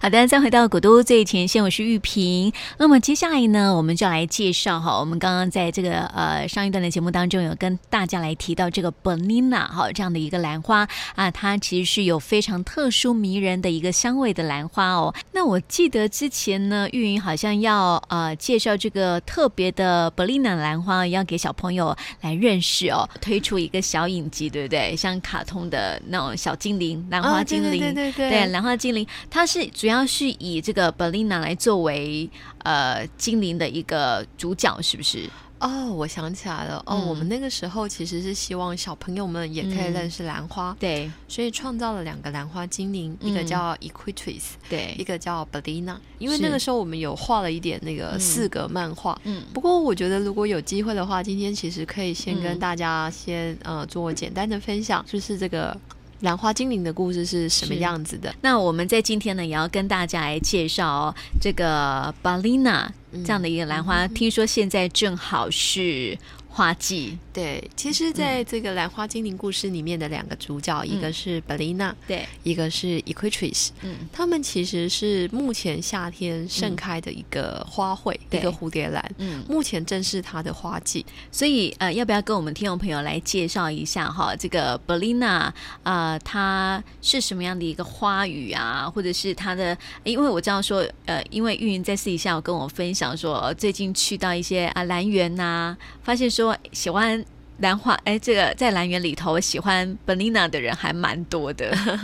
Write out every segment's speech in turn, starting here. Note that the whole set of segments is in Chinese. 好的，再回到古都最前线，我是玉萍。那么接下来呢，我们就来介绍哈，我们刚刚在这个呃上一段的节目当中有跟大家来提到这个 Bonina 哈这样的一个兰花啊，它其实是有非常特殊迷人的一个香味的兰花哦。那我记得之前呢，玉云好像要呃介绍这个特别的 Bonina 兰花，要给小朋友来认识哦，推出一个小影集，对不对？像卡通的那种小精灵，兰花哦对精灵，对对对对，兰花精灵，它是主要是以这个 Belina 来作为呃精灵的一个主角，是不是？哦，我想起来了，哦，嗯我们那个时候其实是希望小朋友们也可以嗯认识兰花，对所以创造了两个兰花精灵，一个嗯叫 Equitus，一对，个叫 Belina。因为是那个时候我们有画了一点那个嗯四个漫画。嗯不过我觉得，如果有机会的话，今天其实可以先跟嗯大家先、呃做简单的分享，就是这个兰花精灵的故事是什么是样子的。那我们在今天呢，也要跟大家来介绍、哦、这个 Belina 嗯这样的一个兰花。听说现在正好是花季，对，嗯其实在这个兰花精灵故事里面的两个主角，一嗯个是 Belina，对，一个是 Equitus。嗯他们其实是目前夏天盛开的一个花卉，嗯对一个蝴蝶兰。嗯。目前正是它的花季。所以呃，要不要跟我们听众朋友来介绍一下哈？这个 Belina 啊，它是什么样的一个花语啊？或者是它的？因为我知道说，呃，因为玉云在私底下有跟我分享说，呃最近去到一些啊兰园呐、发现说喜欢。兰花，哎，这个在兰园里头喜欢 Belina 的人还蛮多的，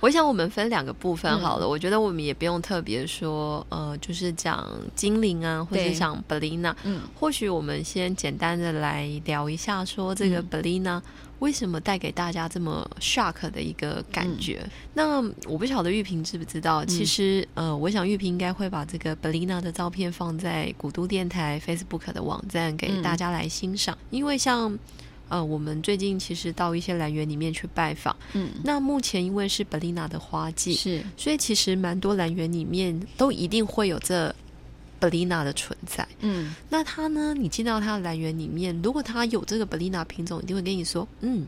我想我们分两个部嗯分好了，我觉得我们也不用特别说，呃，就是讲精灵啊，或对者讲 Belina。嗯或许我们先简单的来聊一下，说这个嗯 Belina 为什么带给大家这么 shock 的一个感觉。嗯那我不晓得玉萍知不知道，其实呃，我想玉萍应该会把这个 Belina 的照片放在古都电台 Facebook 的网站给嗯大家来欣赏，因为像。呃，我们最近其实到一些兰园里面去拜访，嗯，那目前因为是 Belina 的花季，是所以其实蛮多兰园里面都一定会有这 Belina 的存在。嗯那它呢？你进到它的来源里面，如果它有这个 Belina 品种，一定会跟你说，嗯，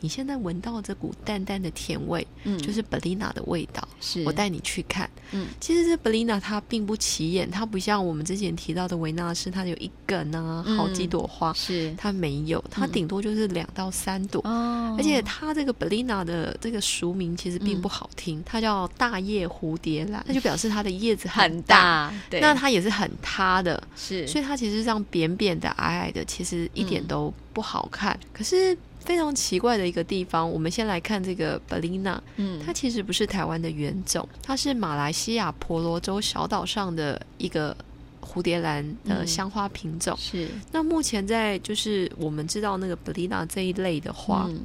你现在闻到这股淡淡的甜味，嗯，就是是 Belina 的味道。是我带你去看，嗯，其实这 Belina 它并不起眼，它不像我们之前提到的维纳斯，它有一梗啊，好几嗯朵花，是它没有，它顶多就是两到三朵。哦，而且它这个 Belina 的这个俗名其实并不好听，它叫大叶蝴蝶兰，那就表示它的叶子很大，大，对，那它也是很塌的，是所以它其实这样扁扁的、矮矮的，其实一点嗯都不好看。可是非常奇怪的一个地方，我们先来看这个 Belina，嗯它其实不是台湾的原种，它是马来西亚婆罗洲小岛上的一个蝴蝶兰的嗯香花品种。是那目前在就是我们知道那个 Belina 这一类的花，嗯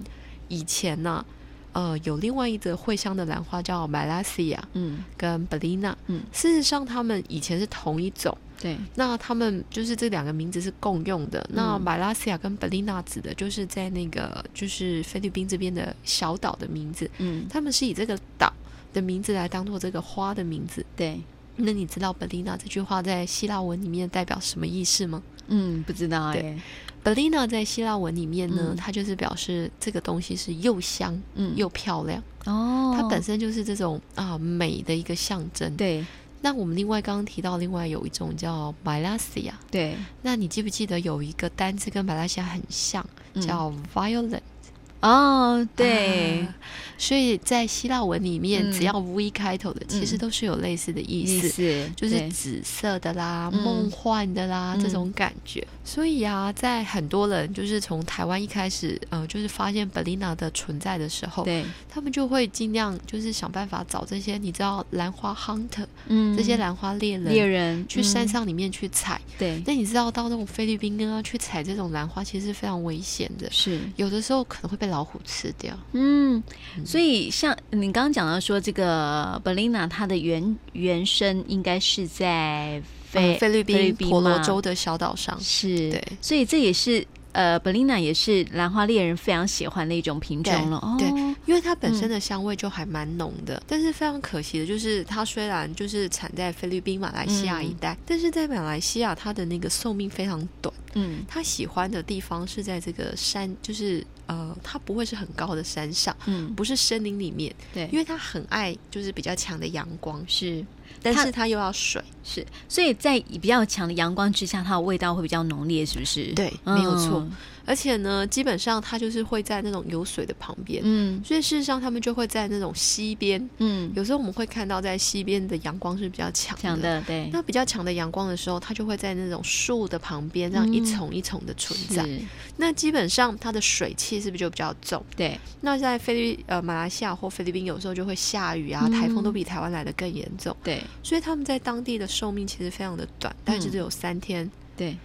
以前呢、呃，有另外一则茴香的兰花叫 Malasia 嗯跟 Belina，嗯事实上它们以前是同一种。对，那他们就是这两个名字是共用的。嗯那马拉西亚跟 Belina 指的就是在那个就是菲律宾这边的小岛的名字，嗯他们是以这个岛的名字来当做这个花的名字。对，那你知道 Belina 这句话在希腊文里面代表什么意思吗嗯，不知道哎、对？Belina 在希腊文里面呢，嗯它就是表示这个东西是又香嗯又漂亮，哦，它本身就是这种啊美的一个象征。对那我们另外刚刚提到，另外有一种叫 Malasia，对那你记不记得有一个单词跟马来西亚很像，嗯叫 violent？、哦对、啊所以在希腊文里面，嗯只要 v 开头的，其实嗯都是有类似的意意思。思就是对紫色的啦、嗯梦幻的啦、嗯这种感觉。所以啊，在很多人就是从台湾一开始，呃，就是发现 Belina 的存在的时候，对他们就会尽量就是想办法找这些你知道兰花 hunter、嗯这些兰花猎人猎人去嗯山上里面去采。对那你知道到那种菲律宾啊去采这种兰花，其实是非常危险的，是有的时候可能会被老虎吃掉。嗯，所以像你刚刚讲到说这个 Belina 它的原原声应该是在菲、呃菲律菲律宾宾婆罗嘛洲的小岛上，是对所以这也是呃 Belina 也是兰花猎人非常喜欢的一种品种了哦对对因为它本嗯身的香味就还蛮浓的。但是非常可惜的就是，它虽然就是产在菲律宾、马来西亚一嗯带，但是在马来西亚它的那个寿命非常短。嗯它喜欢的地方是在这个山，就是呃，它不会是很高的山上，嗯，不是森林里面，对，因为它很爱就是比较强的阳光，是但它是它又要水，是，所以在比较强的阳光之下，它的味道会比较浓烈，是不是？对没有错嗯而且呢，基本上它就是会在那种有水的旁边，嗯所以事实上他们就会在那种溪边，嗯，有时候我们会看到在溪边的阳光是比较强强的。的对，那比较强的阳光的时候，它就会在那种树的旁边，这样一丛一丛的存在。嗯是那基本上它的水汽是不是就比较重？对，那在菲律呃马来西亚或菲律宾，有时候就会下雨啊，嗯台风都比台湾来的更严重，对所以他们在当地的寿命其实非常的短，大概只有三天，对，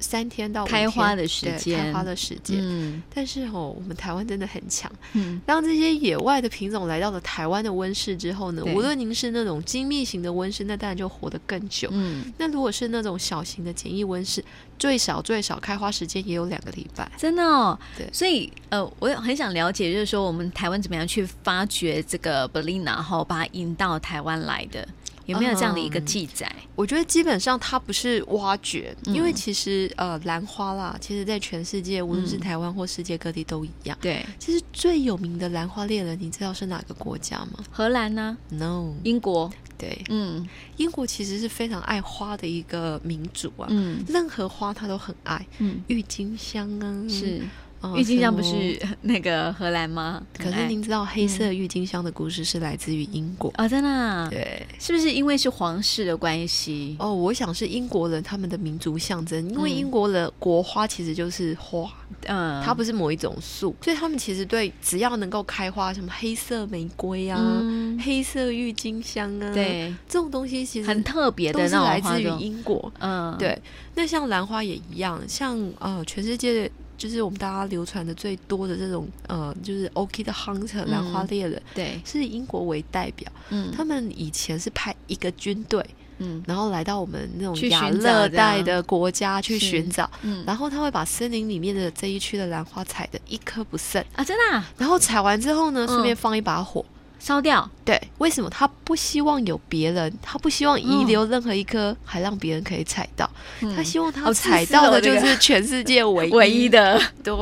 三天到五嗯开天花的时对间，开花的时间。嗯但是哦，我们台湾真的很强。嗯当这些野外的品种来到了台湾的温室之后呢，对无论您是那种精密型的温室，那当然就活得更久。嗯，那如果是那种小型的简易温室，最少最少开花时间也有两个礼拜。真的哦。对所以呃，我很想了解，就是说我们台湾怎么样去发掘这个 Berlin，然后把它引到台湾来的，有没有这样的一个嗯记载？我觉得基本上它不是挖掘，嗯因为其实呃兰花啦，其实在全世界无论是台湾或世界各地都一样。对，其实最有名的兰花猎人，你知道是哪个国家吗荷兰呢、 ？No，英国，对，嗯英国其实是非常爱花的一个民族啊，嗯任何花它都很爱。嗯，郁金香啊，是。嗯郁金香不？什么是那个荷兰吗？可是您知道，黑色郁金香的故事是来自于英国。哦，真的、啊，对，是不是因为是皇室的关系？哦，我想是英国人他们的民族象征，因为嗯英国的国花其实就是花，嗯，它不是某一种树，所以他们其实对只要能够开花，什么黑色玫瑰啊、嗯，黑色郁金香啊，，对，这种东西其实很特别都的是那来种花自于种，英国。嗯，，对，那像兰花也一样，像呃，全世界就是我们大家流传的最多的这种呃，就是 OK 的 Hunter 兰花猎人，对，是以英国为代表。嗯，他们以前是派一个军队，嗯然后来到我们那去种亚寻找热这带样的国家去是寻找，嗯然后他会把森林里面的这一区的兰花采的一颗不剩，啊，真的啊、然后采完之后呢，顺便嗯放一把火。烧掉，对，为什么他不希望有别人？他不希望遗留任何一颗，还让别人可以采到。嗯他希望好他自采私到哦的这就个是全世界 唯唯一。的，对，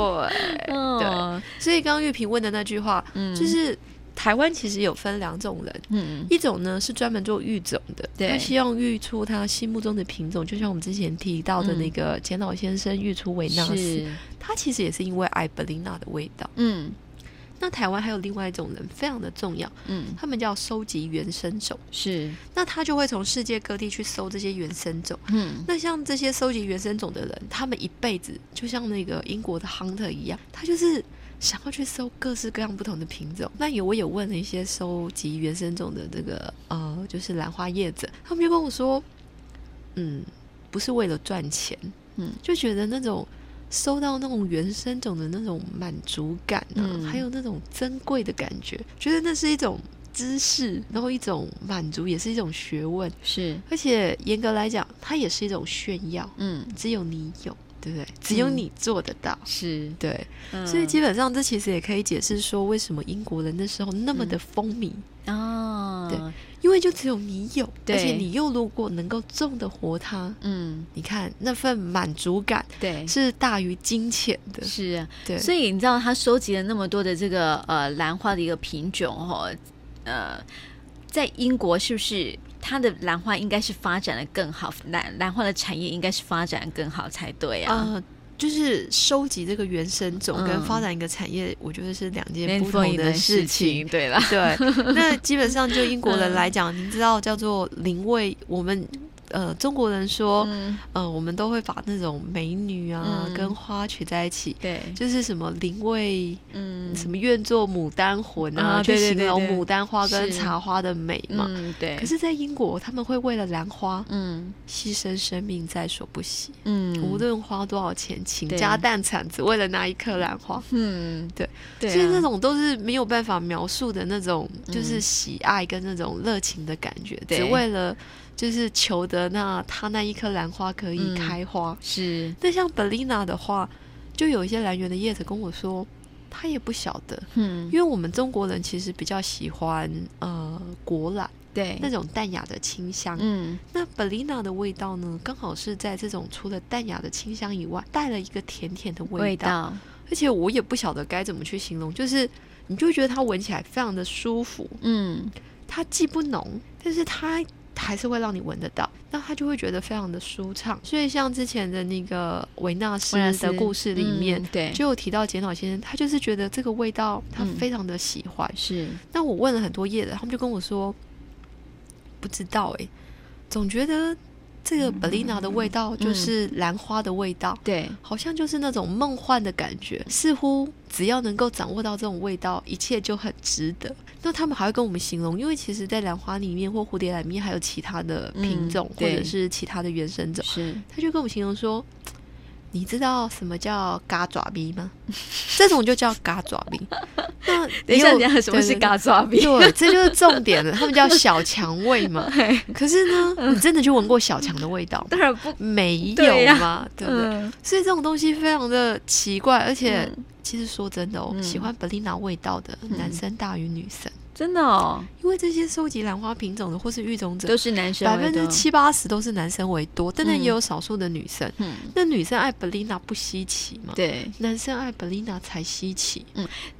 嗯，所以刚刚玉萍问的那句话，嗯就是台湾其实有分两种人。嗯，一种呢是专门做育种的，对他希望育出他心目中的品种，就像我们之前提到的嗯那个钱老先生育出维纳斯，是，他其实也是因为爱贝琳娜的味道。嗯那台湾还有另外一种人非常的重要，嗯，他们叫收集原生种，是，那他就会从世界各地去搜这些原生种。嗯那像这些收集原生种的人，他们一辈子就像那个英国的 hunter 一样，他就是想要去搜各式各样不同的品种。那也我也问了一些收集原生种的这个呃，就是兰花叶子，他们就跟我说，嗯，不是为了赚钱，嗯，就觉得那种。收到那种原生种的那种满足感啊，嗯还有那种珍贵的感觉，觉得那是一种知识，然后一种满足，也是一种学问。是，而且严格来讲，它也是一种炫耀，嗯只有你有，对不对？只有你做得到。是，对，嗯所以基本上这其实也可以解释说，为什么英国人那时候那么嗯的风靡，哦，对，因为就只有你有，对而且你又如果能够种得活它，嗯你看那份满足感对。是大于金钱的。是啊，对，所以你知道他收集了那么多的这个呃兰花的一个品种哦，呃，在英国是不是它的兰花应该是发展的更好，兰兰花的产业应该是发展得更好才对啊？呃，就是收集这个原生种跟嗯发展一个产业，我觉得是两件连不风同影的事事情。情，对啦， 对，那基本上就英国嗯人来讲，您知道叫做灵位，我们呃中国人说，嗯，呃，我们都会把那种美女啊、嗯跟花取在一起。 对，就是什么灵位，嗯什么愿做牡丹魂啊，啊去对对形容对对牡丹花跟是茶花的美嘛。嗯，对，可是，在英国，他们会为了兰花嗯牺牲生命在所不惜，嗯，无论花多少钱，倾对家荡产，只为了那一颗兰花。嗯对对啊，所以那种都是没有办法描述的那种，就是嗯喜爱跟那种热情的感觉，只对为了就是求得那他那一颗兰花可以嗯开花。是那像 Belina 的话，就有一些兰园的叶子跟我说，他也不晓得，嗯因为我们中国人其实比较喜欢呃果兰对那种淡雅的清香。嗯那 Belina 的味道呢，刚好是在这种除了淡雅的清香以外，带了一个甜甜的味道。味道而且我也不晓得该怎么去形容，就是你就会觉得它闻起来非常的舒服，嗯它既不浓，但是它还是会让你闻得到，那它就会觉得非常的舒畅。所以像之前的那个维纳斯维纳斯的故事里面，嗯对就有提到杰脑先生，他就是觉得这个味道他嗯非常的喜欢。是那我问了很多业的，他们就跟我说不知道哎、总觉得嗯这个 Belina 的味道就是兰花的味道。对，好像就是那种梦幻的感觉，似乎只要能够掌握到这种味道，一切就很值得。那他们还会跟我们形容，因为其实，在兰花里面或蝴蝶兰里面还有其他的品种，嗯对或者是其他的原生种，是他就跟我们形容说。你知道什么叫嘎爪咪 吗？这种就叫嘎爪咪。那等一也下，有等一下，什么是对对对嘎抓比？ 对，这就是重点了。他们叫小蔷薇嘛。可是呢，嗯你真的去闻过小蔷的 味道吗？当然不，没对有呀嘛，对不对？嗯所以这种东西非常的奇怪，而且嗯其实说真的哦，嗯喜欢 Belina 味道的男生大于女生，真的哦，因为这些收集兰花品种的或是育种者都，是男生百为分之多，七八十都是男生为多，但然也有少数的女生。嗯，那女生爱 Belina 不稀奇嘛？对，男生爱 Belina 才稀奇。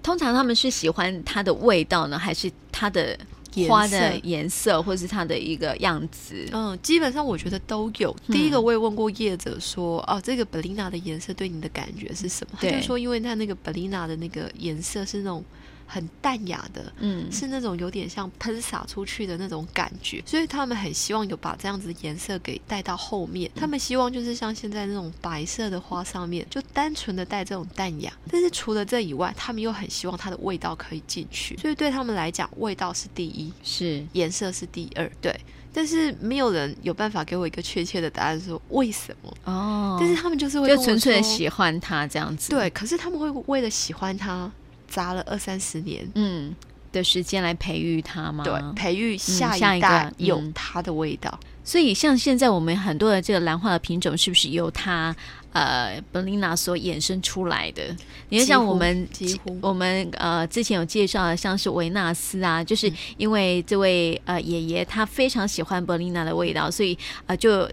通常他们是喜欢它的味道呢，还是它的颜花色的颜色，或是它的一个样子？嗯，基本上我觉得都有。嗯第一个我也问过业者说，哦，这个 Belina 的颜色对你的感觉是什么？他就对说，因为它那个 Belina 的那个颜色是那种很淡雅的，嗯，是那种有点像喷洒出去的那种感觉，所以他们很希望有把这样子的颜色给带到后面。嗯他们希望就是像现在那种白色的花上面，就单纯的带这种淡雅。但是除了这以外，他们又很希望它的味道可以进去，所以对他们来讲，味道是第一，是颜色是第二。对，但是没有人有办法给我一个确切的答案，说为什么。哦，但是他们就是会就跟我纯粹的说喜欢它这样子。，对，可是他们会为了喜欢它，砸了二三十年，嗯，的时间来培育它吗？对，培育下啊下一一个代有嗯它的味道。所以，像现在我们很多的这个兰花的品种，是不是由它呃 Belina 所衍生出来的？你看，几像乎我们几乎我们呃之前有介绍的，像是维纳斯啊，就是嗯因为这位呃爷爷他非常喜欢 Belina 的味道，所以呃就。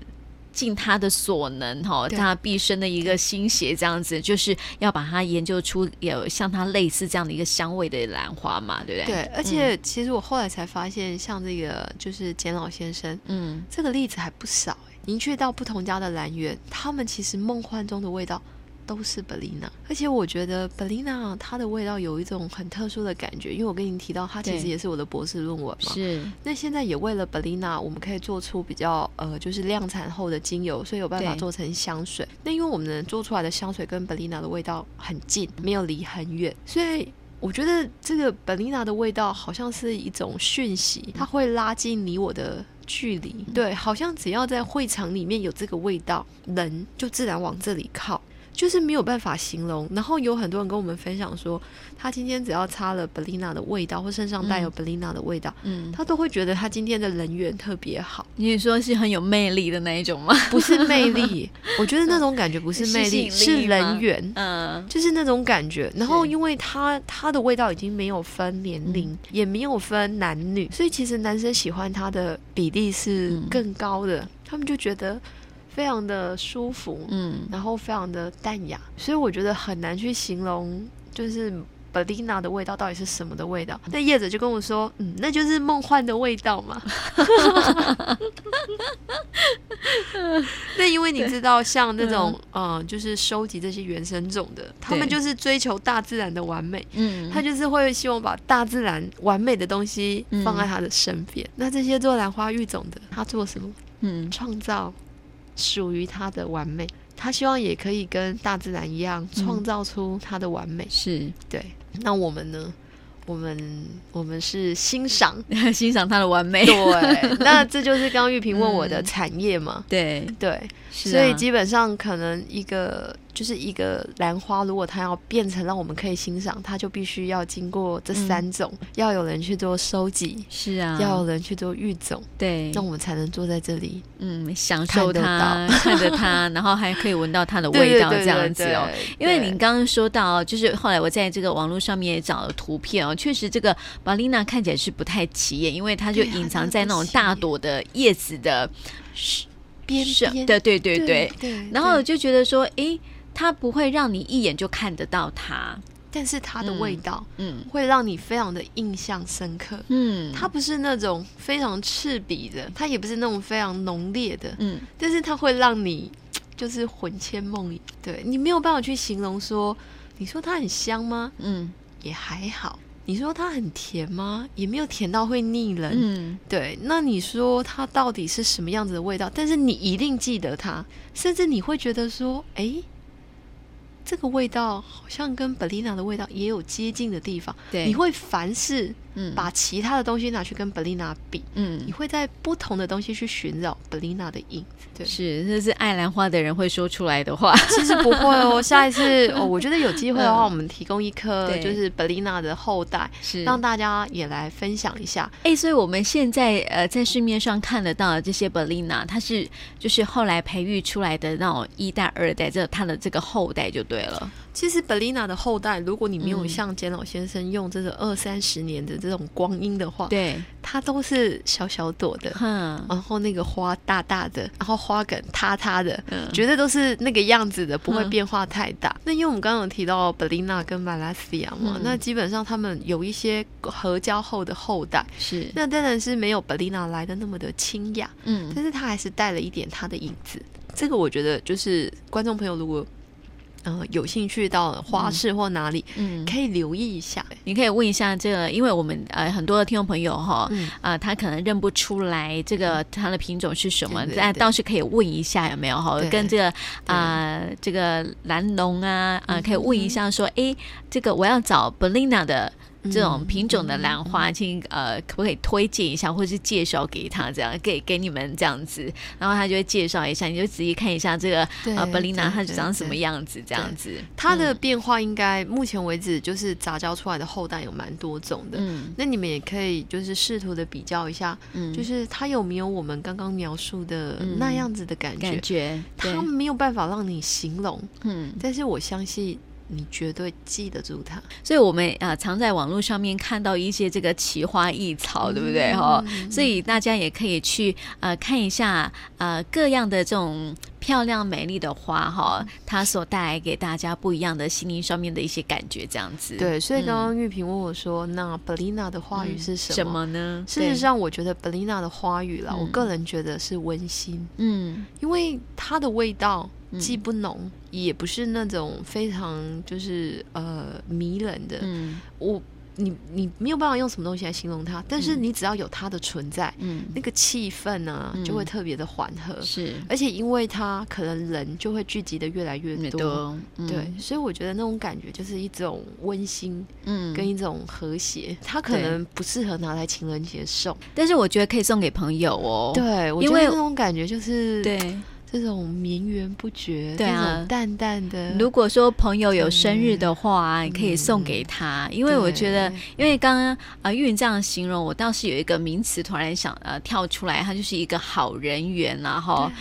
尽他的所能，哈，对他毕生的一个心血，这样子，就是要把它研究出有像它类似这样的一个香味的兰花嘛，对不对？对，而嗯且其实我后来才发现，像这个就是简老先生嗯，这个例子还不少、欸。您去到不同家的兰园，他们其实梦幻中的味道都是 Belina，而且我觉得 Belina 它的味道有一种很特殊的感觉，因为我跟您提到，它其实对也是我的博士论文嘛。是，那现在也为了 Belina，我们可以做出比较呃，就是量产后的精油，所以有办法对做成香水。那因为我们能做出来的香水跟 Belina 的味道很近，没有离很远，所以。我觉得这个 Belina 的味道好像是一种讯息，它会拉近你我的距离。对，好像只要在会场里面有这个味道，人就自然往这里靠，就是没有办法形容。然后有很多人跟我们分享说，他今天只要擦了 Belina 的味道，或身上带有 Belina 的味道，嗯，他都会觉得他今天的人缘特 别好，你说是很有魅力的那一种吗？不是魅力，我觉得那种感觉不是是魅力，吸引力是吗人缘。嗯，就是那种感觉，然后是嗯因为它它的味道已经没有分年龄，也没有分男女，所以其实男生喜欢它的比例是嗯更高的，他们就觉得非常的舒服，嗯，然后非常的淡雅，所以我觉得很难去形容，就是。b 丽 l i n a 的味道到底是什么的味道？那叶子就跟我说，嗯，那就是梦幻的味道 嘛。那因为你知道，像那种嗯、呃就是收集这些原生种的，他们对就是追求大自然的完美，嗯，他就是会希望把大自然完美的东西放嗯在他的身边。那这些做兰花育种的，他做什么？嗯，创造属于他的完美。他希望也可以跟大自然一样，创造出他的完美。是 对，那我们呢？我们我们是欣赏。欣赏它的完美。对，那这就是刚刚玉萍问我的产业嘛。对，对，嗯是所以啊基本上可能一个就是一个兰花，如果它要变成让我们可以欣赏，它就必须要经过这三种，要有人去做收集，是嗯啊，嗯要有人去做育种，对那，我们才能坐在这里嗯，享受看得它， 看着它，然后还可以闻到它的对味对道，对这样对子哦。对因为对您刚刚说到，就是后来我在这个网络上面也找了图片哦，确实这个巴丽娜看起来是不太起眼，因为它就对啊隐真藏的在不那种起大眼朵的叶子的边是边对对对对对。对，然后我对就觉得说，诶，它不会让你一眼就看得到它。但是它的味道嗯会让你非常的印象深刻。嗯，它不是那种非常刺鼻的，它也不是那种非常浓烈的，嗯但是它会让你就是魂牵梦萦。对你没有办法去形容说，你说它很香吗？嗯也还好。你说它很甜吗？也没有甜到会腻人。嗯对，那你说它到底是什么样子的味道？但是你一定记得它，甚至你会觉得说，诶，这个味道好像跟 Belina 的味道也有接近的地方。对你会凡事嗯把其他的东西拿去跟 Belina 比，你嗯会在不同的东西去寻找 Belina 的影子。对，是，这是爱兰花的人会说出来的话。 其实不会哦。下一次，哦、我觉得有机会的话，嗯我们提供一颗对嗯就是 Belina 的后代， 是让大家也来分享一下。哎、所以我们现在呃在市面上看得到的这些 Belina，它是就是后来培育出来的那种一代、二代，这它的这个后代就对了。其实 Belina 的后代，如果你没有嗯像简老先生用这个二三十年的这种光阴的话，对，嗯它都是小小朵的。哼，然后那个花大大的，然后花梗塌塌的，嗯绝对都是那个样子的，不会嗯变化太大。那因为我们刚刚有提到 Belina 跟 Malasia 嘛，嗯那基本上他们有一些合交后的后代，是，那当然是没有 Belina 来的那么的清雅，嗯但是它还是带了一点它的影子。这个我觉得就是观众朋友如果呃有兴趣到花市或哪里，嗯。可以留意一下。欸你可以问一下这个，因为我们呃很多的听众朋友哈，嗯呃他可能认不出来这个它的品种是什么对，对但对倒是可以问一下有没有哈对，嗯跟这个啊、呃这个蓝龙啊啊、呃可以问一下说，诶，这个我要找 Belina 的这种品种嗯的兰花，请呃可不可以推荐一下，或是介绍给他这样，给给你们这样子，然后他就会介绍一下，你就仔细看一下这个嗯对呃 Belina 对它是对长什么嗯对样子这样子，它的变化应该目前为止就是杂交出来的后代有蛮多种的。嗯那你们也可以就是试图的比较一下，嗯，就是它有没有我们刚刚描述的嗯那样子的感觉？感觉对它没有办法让你形容，嗯。但是我相信你绝对记得住它。所以我们啊、呃常在网络上面看到一些这个奇花异草，对不对哈、所以大家也可以去呃看一下呃各样的这种漂亮美丽的花哈、它所带来给大家不一样的心灵上面的一些感觉，这样子。对，所以嗯刚刚玉萍问我说，那 Belina 的花语嗯是什么？什么呢？事实上，我觉得 Belina 的花语啦，嗯我个人觉得是温馨，对，嗯因为它的味道既不浓，也不是那种非常就是呃迷人的。嗯我你你没有办法用什么东西来形容它，但是你只要有它的存在，嗯，那个气氛呢、嗯就会特别的缓和，是而且因为它可能人就会聚集的越来越多。多嗯对，，所以我觉得那种感觉就是一种温馨嗯跟一种和谐，它可对能不适合拿来情人节送。但是我觉得可以送给朋友哦。对，我因觉得为那种感觉就是对。这种绵延不绝，对啊那种淡淡的。如果说朋友有生日的话，你可以送给他，因为我觉得对，因为刚刚啊玉云这样形容，我倒是有一个名词突然想呃跳出来，他就是一个好人缘啦哈，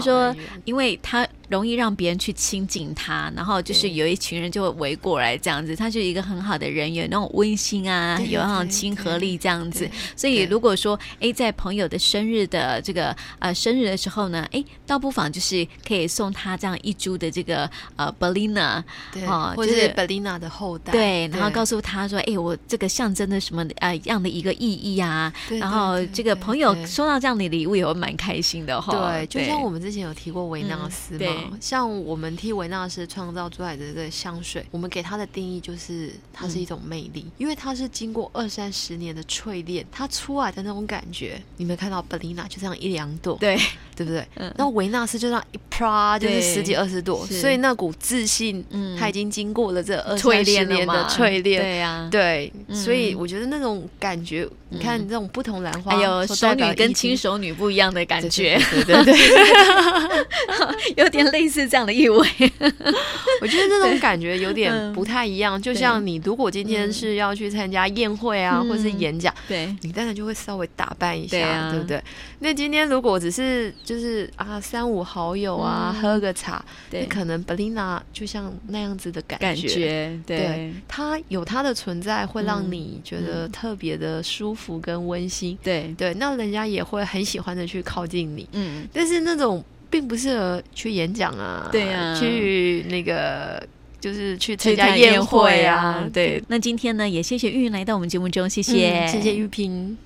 就它是是好哦说人缘，因为他容易让别人去亲近他，然后就是对有一群人就会围过来这样子，他就是一个很好的人缘，那种温馨啊，对有那种对亲和力这样子对。所以对如果说哎在朋友的生日的这个呃生日的时候呢，哎倒不妨就是可以送他这样一株的这个呃 Belina，对，哦或就者是是 Belina 的后代，对，然后告诉，诉他说，哎，我这个象征的什么呃样的一个意义啊，对然对后对这个对朋友对收到这样的礼物也会蛮开心的哈、对，就像我们之前有提过维纳斯哦嗯嘛对，像我们替维纳斯创造出来的这个香水，我们给它的定义就是它是一种魅力，因为它是经过二三十年的淬炼，它出来的那种感觉，你们看到 Belina 就这样一两朵，对对不对？嗯那维纳斯就这样一啪就是对十几二十朵，是所以那股自信，嗯它已经经过了这二 淬三十炼了年的嘛淬炼。对呀、对，啊嗯所以我觉得那种感觉，你看这种不同兰花，还有所哎熟代表女的意跟义亲手女不一样的感对觉，对对对对 有点类似这样的意味。我觉得这种感觉有点不太一样。就像你如果今天嗯是要去参加宴会啊，嗯或是演讲，对，你当然就会稍微打扮一下，对啊不对？那今天如果只是就是啊三五好友啊、嗯喝个茶，对那可能 Belina 就像那样子的感感觉对对它有它的存在，会让嗯你觉得特别的舒服跟温馨。对，对，那人家也会很喜欢的去靠近你。嗯，但是那种并不适合去演讲啊，对啊去那个就是去参参加加宴宴会会啊啊，对，那今天呢，也谢谢玉云来到我们节目中，谢谢，嗯谢谢玉萍。